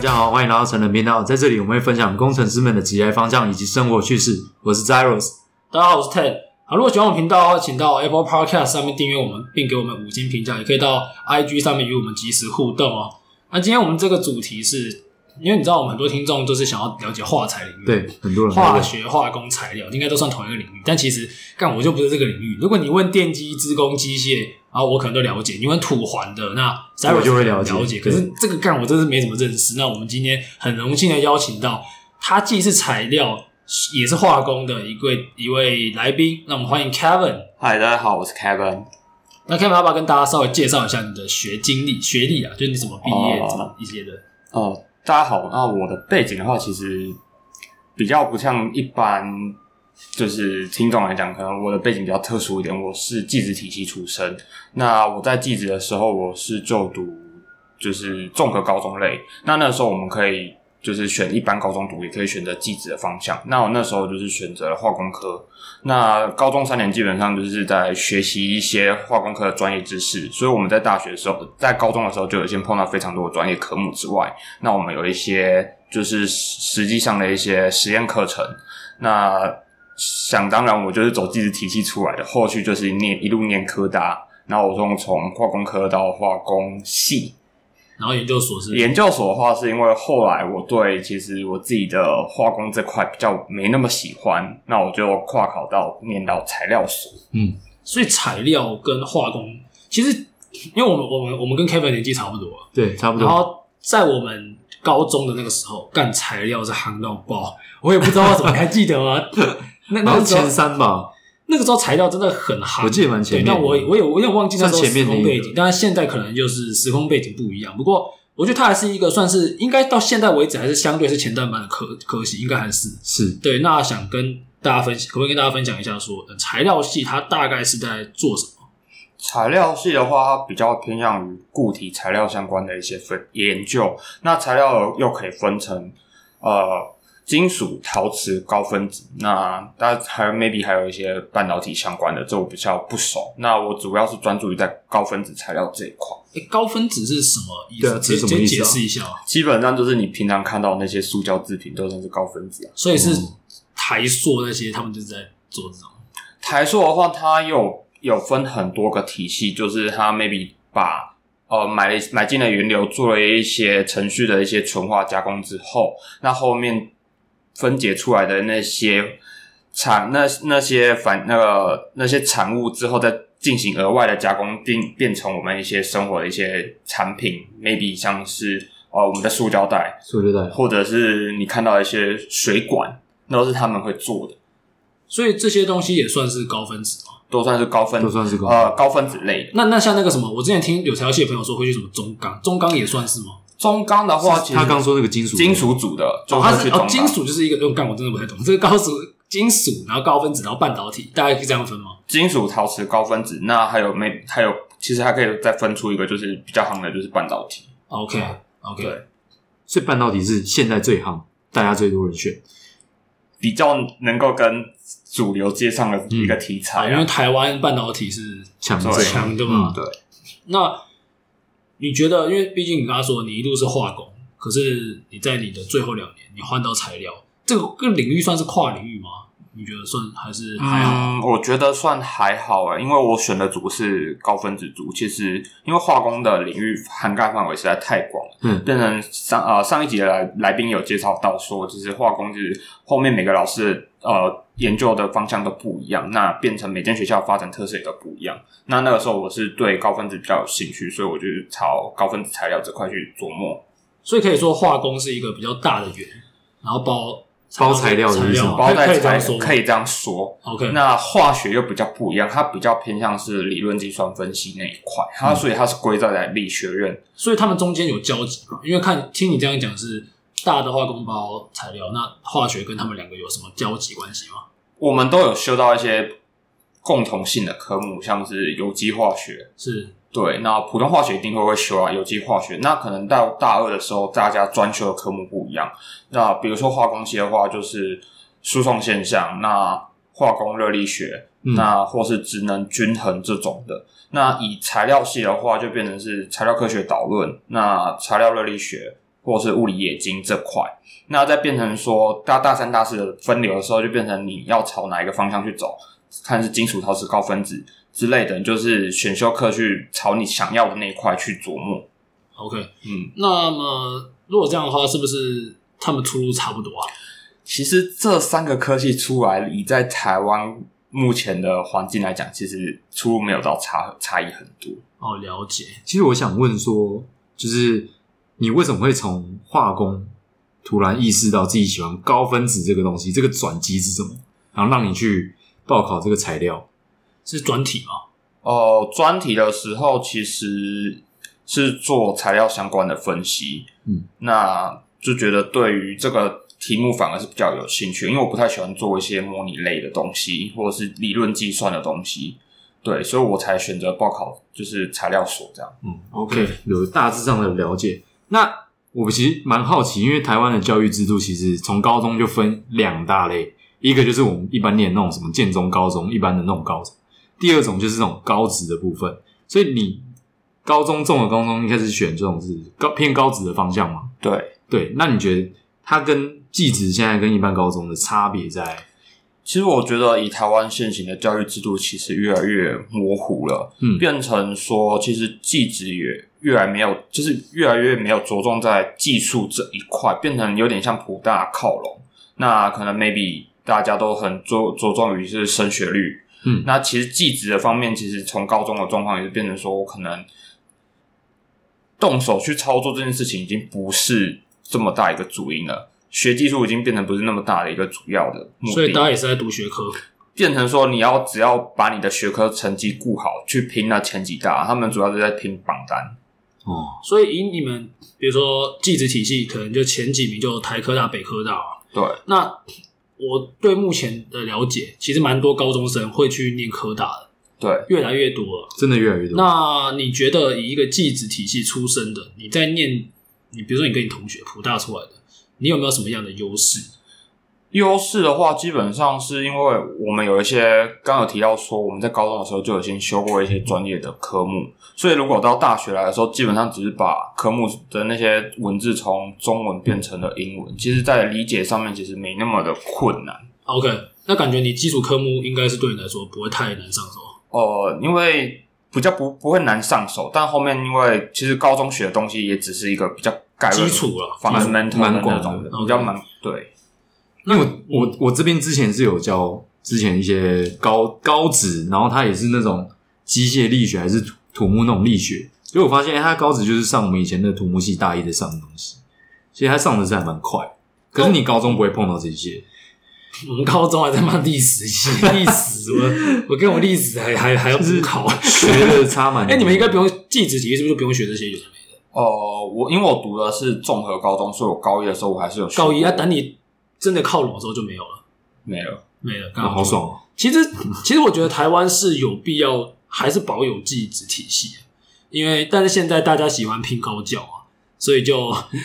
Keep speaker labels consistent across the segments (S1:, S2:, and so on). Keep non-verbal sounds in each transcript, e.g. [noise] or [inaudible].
S1: 家好，欢迎来到成人频道，在这里我们会分享工程师们的职业方向以及生活趣事。我是 Zeros，
S2: 大家好，我是 Ted。好，如果喜欢我们频道的话，请到 Apple Podcast 上面订阅我们，并给我们五星评价，也可以到 IG 上面与我们及时互动哦。那今天我们这个主题是，因为你知道我们很多听众都是想要了解化材领域，
S1: 对，很多人
S2: 化
S1: 问
S2: 学、化工、材料应该都算同一个领域，但其实干我就不是这个领域。如果你问电机、资工、机械啊，我可能都了解；你问土环的，那
S1: 我就会了
S2: 了
S1: 解
S2: 解。可是这个干我真是没怎么认识。那我们今天很荣幸的邀请到，他既是材料也是化工的一位一位来宾，那我们欢迎 Kevin。
S3: 嗨，大家好，我是 Kevin。
S2: 那 Kevin 要不要跟大家稍微介绍一下你的学经历、学历啊？就是你怎么毕业、
S3: 哦
S2: 怎么一些的？
S3: 哦，大家好。那我的背景的话，其实比较不像一般，就是听众来讲，可能我的背景比较特殊一点。我是技职体系出身。那我在技职的时候，我是就读就是综合高中类。那那时候我们可以就是选一般高中读，也可以选择技职的方向。那我那时候就是选择了化工科。那高中三年基本上就是在学习一些化工科的专业知识，所以我们在大学的时候，在高中的时候就有先碰到非常多的专业科目之外，那我们有一些就是实实际上的一些实验课程。那想当然，我就是走技术体系出来的，后续就是念一路念科大，然后我从从化工科到化工系，
S2: 然后研究所是
S3: 研究所的话，是因为后来我对其实我自己的化工这块比较没那么喜欢，那我就跨考到念到材料所。
S2: 所以材料跟化工，其实因为我们我们我们跟 Kevin 年纪差不多啊，
S1: 对，差不
S2: 然
S1: 多。
S2: 后在我们高中的那个时候，干材料是夯到爆，我也不知道怎么，你还记得
S1: [laughs]
S2: 吗？那
S1: 然
S2: 那
S1: 后
S2: 个时
S1: 前
S2: 候
S1: 三吧，
S2: 那个时候材料真的很夯，
S1: 我记得蛮
S2: 对，
S1: 前面的。
S2: 但我我有我有点忘记那时候
S1: 算前
S2: 时
S1: 面的
S2: 空
S1: 一
S2: 背
S1: 个
S2: 景，但是现在可能就是时空背景不一样。不过我觉得它还是一个算是应该到现在为止还是相对是前段班的科科系，应该还是
S1: 是
S2: 对。那想跟大家分享，可不可以跟大家分享一下说，呃材料系它大概是在做什么？
S3: 材料系的话，它比较偏向于固体材料相关的一些分研究。那材料又可以分成呃金属、陶瓷、高分子，那当然还有 maybe 还有一些半导体相关的，这我比较不熟。那我主要是专注于在高分子材料这一块。
S2: 诶高分子是什么意
S1: 对
S2: 思
S1: 啊？这是
S2: 直
S1: 什么
S2: 接
S1: 意思
S2: 解
S1: 啊
S2: 释一下啊。
S3: 基本上就是你平常看到的那些塑胶制品都算是高分子啊。
S2: 所以是
S1: 嗯
S2: 台塑那些，他们就是在做这种。
S3: 台塑的话，它有有分很多个体系，就是它 maybe 把呃买了买进了原流，做了一些程序的一些纯化加工之后，那后面分解出来的那些产那那些反那个那些产物之后，再进行额外的加工，并变成我们一些生活的一些产品，maybe 像是呃我们的塑胶袋，
S1: 塑料袋，
S3: 或者是你看到一些水管，那都是他们会做的，
S2: 所以这些东西也算是高分子嘛。
S3: 都算是高分
S1: 都算是高
S3: 呃高分子类的。
S2: 那那像那个什么，我之前听有材料系的朋友说会去什么中钢，中钢也算是吗？
S3: 中钢的话，其实
S1: 他刚说那个金属，
S3: 金属组的，就
S2: 哦，
S3: 会
S2: 它是
S3: 去
S2: 哦
S3: 中钢，
S2: 金属就是一个，用干我真的不太懂。这个高属金属，然后高分子，然后半导体，大概可以这样分吗？
S3: 金属陶瓷高分子，那还有没还有，其实还可以再分出一个，就是比较行的，就是半导体。
S2: OK OK，
S3: 对
S1: 所以半导体是现在最夯，大家最多人选。
S3: 比较能够跟主流接上的一个题
S2: 啊，
S3: 材、
S2: 因
S3: 啊
S2: 为台湾半导体是
S1: 强者
S3: 对
S2: 强的嘛
S1: 嗯
S3: 对。
S2: 那你觉得，因为毕竟你刚刚说你一路是化工，可是你在你的最后两年你换到材料，这个这个领域算是跨领域吗？你觉得算还是还好？
S3: 嗯，我觉得算还好啊、因为我选的组是高分子组。其实因为化工的领域涵盖范围实在太广了，
S1: 嗯
S3: 变成上呃上一集的来来宾有介绍到说，就是化工就是后面每个老师呃研究的方向都不一样，那变成每间学校发展特色也都不一样。那那个时候我是对高分子比较有兴趣，所以我就朝高分子材料这块去琢磨。
S2: 所以可以说化工是一个比较大的圆，然后包
S1: 包材料的
S2: 材
S1: 意思
S2: 料
S1: 吗
S2: 嘛
S3: 包
S2: 可
S3: 在
S2: 以这
S3: 材
S2: 样说吗
S3: 可以这样说，
S2: OK。
S3: 那化学又比较不一样，它比较偏向是理论计算分析那一块，它、所以它是归在在力学院。
S2: 所以他们中间有交集嘛？因为看听你这样讲是大的化工包材料，那化学跟他们两个有什么交集关系吗？
S3: 我们都有修到一些共同性的科目，像是有机化学。
S2: 是
S3: 对，那普通化学一定会会修啊，有机化学。那可能到大二的时候，大家专修的科目不一样。那比如说化工系的话，就是输送现象，那化工热力学，
S1: 嗯，
S3: 那或是职能均衡这种的。那以材料系的话，就变成是材料科学导论，那材料热力学、或是物理冶金这块。那再变成说，大大三、大四的分流的时候，就变成你要朝哪一个方向去走，看是金属、陶瓷、高分子之类的，就是选修课去朝你想要的那一块去琢磨。
S2: OK，
S3: 嗯，
S2: 那么如果这样的话，是不是他们出路差不多啊？
S3: 其实这三个科系出来，以在台湾目前的环境来讲，其实出入没有到差差异很多。
S2: 哦，了解。
S1: 其实我想问说，就是你为什么会从化工突然意识到自己喜欢高分子这个东西？这个转机是什么？然后让你去报考这个材料？
S2: 是专题吗？
S3: 哦，专题的时候其实是做材料相关的分析，
S1: 嗯，
S3: 那就觉得对于这个题目反而是比较有兴趣，因为我不太喜欢做一些模拟类的东西，或者是理论计算的东西，对，所以我才选择报考就是材料所这样。
S1: 嗯，OK，有大致上的了解。那我其实蛮好奇，因为台湾的教育制度其实从高中就分两大类，一个就是我们一般念那种什么建中、高中一般的那种高中，第二种就是那种高职的部分。所以你高中中了高中，一开始选这种是高偏高职的方向吗？
S3: 对，
S1: 对，那你觉得它跟技职现在跟一般高中的差别在？
S3: 其实我觉得，以台湾现行的教育制度，其实越来越模糊了，
S1: 嗯
S3: 变成说，其实技职也越来没有，就是越来越没有着重在技术这一块，变成有点像普大靠拢。那可能 maybe 大家都很着着重于是升学率，
S1: 嗯
S3: 那其实技职的方面，其实从高中的状况也是变成说，我可能动手去操作这件事情，已经不是这么大一个主因了。学技术已经变成不是那么大的一个主要的目的，
S2: 所以大家也是在读学科。
S3: 变成说你要只要把你的学科成绩顾好，去拼那前几大，他们主要是在拼榜单。
S1: 哦，
S2: 所以以你们比如说技职体系，可能就前几名就台科大、北科大啊。
S3: 对，
S2: 那我对目前的了解，其实蛮多高中生会去念科大的，
S3: 对，
S2: 越来越多了。
S1: 真的越来越多。
S2: 那你觉得以一个技职体系出身的，你在念，你比如说你跟你同学普大出来的，你有没有什么样的优势？
S3: 优势的话，基本上是因为我们有一些刚有提到说，我们在高中的时候就已经修过一些专业的科目，所以如果到大学来的时候，基本上只是把科目的那些文字从中文变成了英文，其实在理解上面其实没那么的困难。
S2: OK，那感觉你基础科目应该是对你来说不会太难上手。
S3: 呃，因为比较不不会难上手，但后面因为其实高中学的东西也只是一个比较概论
S2: 基础了
S3: 方
S1: 蛮
S3: u n d
S1: 蛮
S3: 的那
S1: 广
S3: 种
S1: 的
S3: 的，比较
S2: 嗯
S3: 蛮对。
S1: 因为我我我这边之前是有教之前一些高高职，然后他也是那种机械力学还是土土木那种力学，所以我发现哎他高职就是上我们以前的土木系大一的上的东西，其实他上的是还蛮快。可是你高中不会碰到这些，
S2: 我们高中还在骂历史系，历史我我跟我历史还还还要补考。
S1: 学的差蛮
S2: 哎、 [laughs]
S1: 多。
S2: 你们应该不用记职体系，是不是就不用学这些有的没的？
S3: 哦、我因为我读的是综合高中，所以我高一的时候我还是有学
S2: 高一啊，
S3: 过
S2: 等你真的靠拢的时候就没有了，
S3: 没有
S2: 没了，刚
S1: 哦好爽。哦！
S2: 其实，其实我觉得台湾是有必要还是保有记职体系，因为但是现在大家喜欢拼高教啊，所以
S1: [laughs]
S2: 就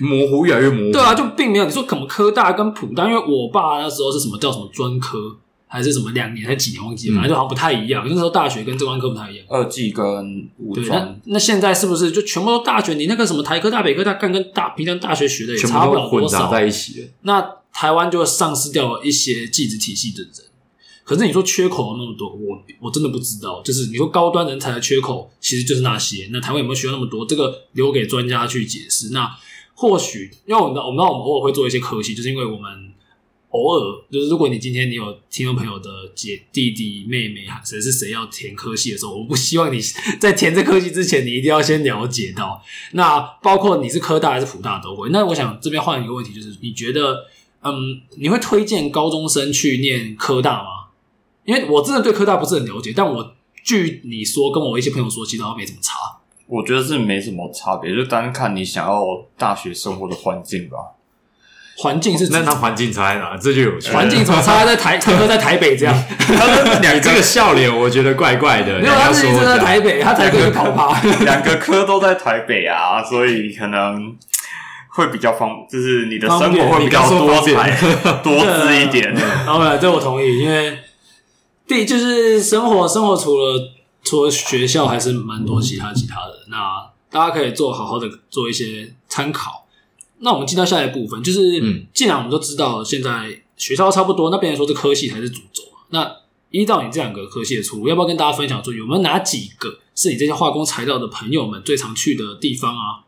S1: 模糊越来越模糊。
S2: 对啊，就并没有你说什么科大跟普大，因为我爸那时候是什么叫什么专科，还是什么两年还是几年忘记了，
S1: 嗯
S2: 反正就好像不太一样。那时候大学跟这专科不太一样。
S3: 二技跟五
S2: 对，那
S3: 专，
S2: 那现在是不是就全部都大学？你那个什么台科大、北科大，干跟大平常大学学的也
S1: 全部
S2: 差不
S1: 都
S2: 了
S1: 混
S2: 多
S1: 杂
S2: 少。啊
S1: 在一起了。
S2: 那台湾就丧失掉了一些技职体系的人。可是你说缺口那么多，我我真的不知道。就是你说高端人才的缺口，其实就是那些。那台湾有没有学到那么多？这个留给专家去解释。那或许，因为我们知道，我们知道我们偶尔会做一些科系，就是因为我们偶尔就是，如果你今天你有听众朋友的姐弟弟妹妹谁是谁要填科系的时候，我不希望你在填这科系之前，你一定要先了解到。那包括你是科大还是辅大都会。那我想这边换一个问题，就是你觉得，嗯，你会推荐高中生去念科大吗？因为我真的对科大不是很了解，但我据你说，跟我一些朋友说，其实好像没怎么差。
S3: 我觉得是没什么差别，就单看你想要大学生活的环境吧。
S2: 环境是指
S1: 哦那它环境差在哪？这就有趣了。
S2: 环
S1: [laughs]
S2: 境怎么差在台，差不多在台北这样，
S1: 你这个笑脸，我觉得怪怪的。
S2: 没有，他
S1: 人家
S2: 是一
S1: 说
S2: 直
S1: 我
S2: 在
S1: 讲
S2: 台北，他台北去跑趴。
S3: 两个科都在台北啊，所以可能会比较方，就是你的生
S2: 方便
S3: 活会比较
S1: 你刚说
S3: 多
S1: 方便
S3: 彩
S1: [laughs]
S2: [laughs]
S3: 多姿
S2: 啊
S3: 一点。
S2: 然后呢，这我同意，因为第就是生活，生活除了除了学校，还是蛮多其他其他的。那大家可以做好好的做一些参考。那我们进到下一部分，就是、
S1: 嗯
S2: 既然我们都知道现在学校差不多，那变成说这科系才是主轴嘛那依照你这两个科系的出路，要不要跟大家分享说有没有哪几个是你这些化工材料的朋友们最常去的地方啊？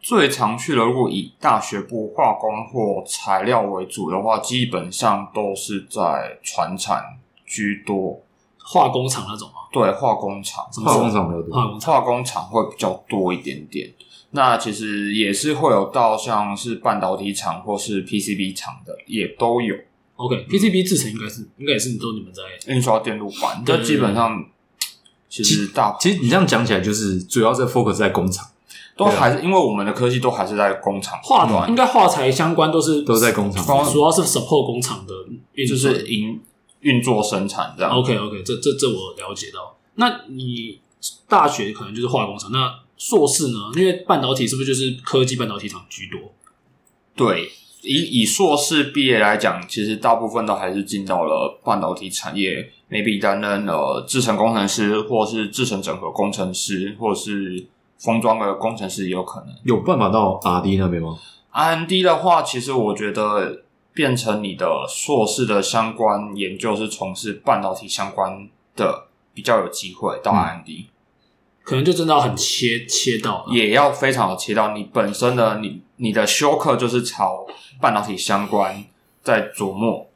S3: 最常去的，如果以大学部化工或材料为主的话，基本上都是在船产居多，
S2: 化工厂那种啊，
S3: 对化工厂、
S2: 什么
S1: 化工厂比较
S2: 化
S1: 多，
S2: 工厂
S3: 化工厂会比较多一点点。那其实也是会有到像是半导体厂或是 PCB 厂的，也都有。
S2: ，OK，PCB 制成应该是应该也是你都你们在
S3: 印刷电路板，
S2: 对
S3: 这基本上其实大
S1: 其实你这样讲起来，就是主要在 focus 在工厂，
S3: 都
S2: 啊
S3: 还是因为我们的科技都还是在工厂
S2: 化
S3: 端
S2: 应该化材相关都是
S1: 嗯都在工厂。
S3: 光
S2: 主要是 support 工厂的运
S3: 就
S2: 作，
S3: 是营运作生产这样。
S2: OK OK，这这这我了解到。那你大学可能就是化工厂，那硕士呢？因为半导体是不是就是科技半导体厂居多？
S3: 对，以以硕士毕业来讲，其实大部分都还是进到了半导体产业，maybe 担任呃制程工程师，或是制程整合工程师，或是封装的工程师也有可能。
S1: 有办法到 R D 那边吗？
S3: R&D 的话，其实我觉得变成你的硕士的相关研究是从事半导体相关的，比较有机会到
S1: 嗯
S3: R&D，、
S2: 可能就真的要很切切到了
S3: 也要非常有切到你本身的你你的修课就是朝半导体相关在琢磨，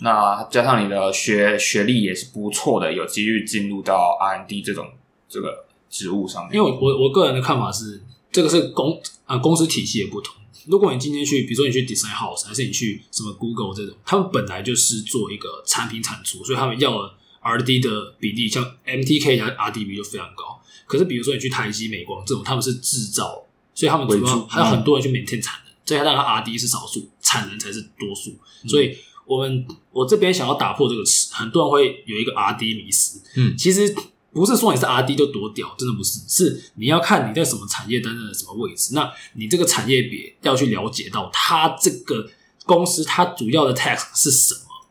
S3: 那加上你的学学历也是不错的，有机遇进入到 R&D 这种这个职务上面。
S2: 因为我我我个人的看法是，这个是公啊、公司体系的不同。如果你今天去，比如说你去 Design House，还是你去什么 Google 这种，他们本来就是做一个产品产出，所以他们要了 R&D 的比例，像 MTK 加 RD 比就非常高。可是比如说你去台积、美光这种，他们是制造，所以他们主
S1: 为
S2: 要
S1: 主嗯
S2: 还有很多人去 maintain 产能，所以当然 RD 是少数，产能才是多数。所以我们我这边想要打破这个词，很多人会有一个 RD 迷思，
S1: 嗯
S2: 其实不是说你是 R D 就多屌，真的不是，是你要看你在什么产业担任的什么位置，那你这个产业别要去了解到它这个公司它主要的 task 是什么，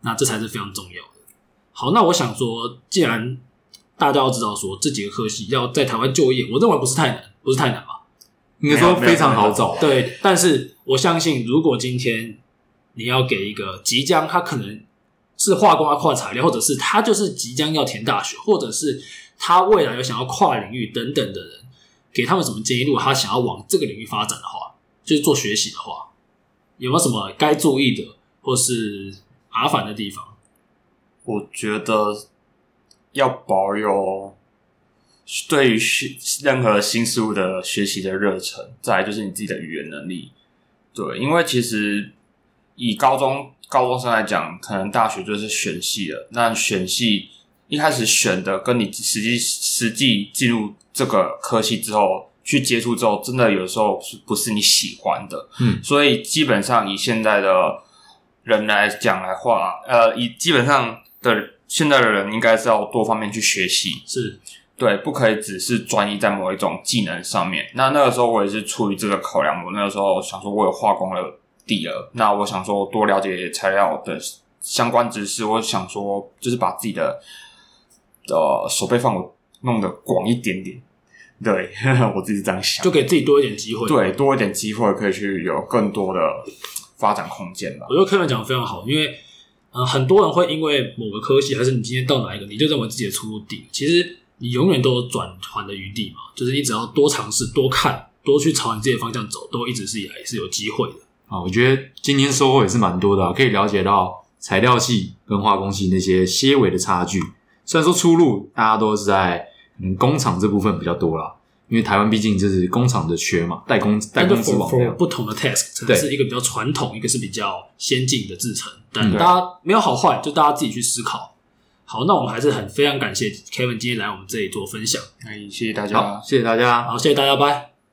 S2: 那这才是非常重要的。好，那我想说，既然大家要知道说这几个科系要在台湾就业，我认为不是太难，不是太难吧？
S1: 应该说
S3: 没有
S1: 非常好找。
S2: 对，但是我相信，如果今天你要给一个即将他可能是化工啊跨材料，或者是他就是即将要填大学，或者是他未来有想要跨领域等等的人，给他们什么建议？如果他想要往这个领域发展的话，就是做学习的话，有没有什么该注意的或是麻烦的地方？
S3: 我觉得要保有对于学任何新事物的学习的热忱，再来就是你自己的语言能力。对，因为其实以高中高中生来讲，可能大学就是选系了。那选系一开始选的，跟你实际实际进入这个科系之后去接触之后，真的有时候是不是你喜欢的。所以基本上以现在的人来讲来话，呃，以基本上的现在的人应该是要多方面去学习，
S2: 是
S3: 对，不可以只是专一在某一种技能上面。那那个时候我也是出于这个考量，我那个时候想说我有化工的底了，那我想说多了解材料的相关知识，我想说就是把自己的呃手背范围弄得广一点点。对， [laughs] 我自己是这样想
S2: 就
S3: 的。
S2: 给自己多一点机会。
S3: 对，多一点机会可以去有更多的发展空间吧。
S2: 我觉得 Kevin 讲的非常好，因为呃，很多人会因为某个科系，还是你今天到哪一个，你就认为自己的出路定了。其实你永远都有转换的余地嘛，就是你只要多尝试、多看、多去朝你自己的方向走，都一直是以来是有机会的。
S1: 啊，我觉得今天收获也是蛮多的、啊，可以了解到材料系跟化工系那些些微的差距。虽然说出路大家都是在可能工厂这部分比较多啦，因为台湾毕竟就是工厂的缺嘛，代工代
S2: 但就
S1: 工之
S2: for
S1: 王这
S2: for
S1: 样。
S2: 不同的 task，可
S1: 对
S2: 能是一个比较传统，一个是比较先进的制程，但
S1: 嗯
S2: 大家没有好坏，就大家自己去思考。好，那我们还是很非常感谢 Kevin 今天来我们这里做分享，
S3: 哎，谢谢大家。
S1: 好，谢谢大家，
S2: 好，谢谢大家，拜。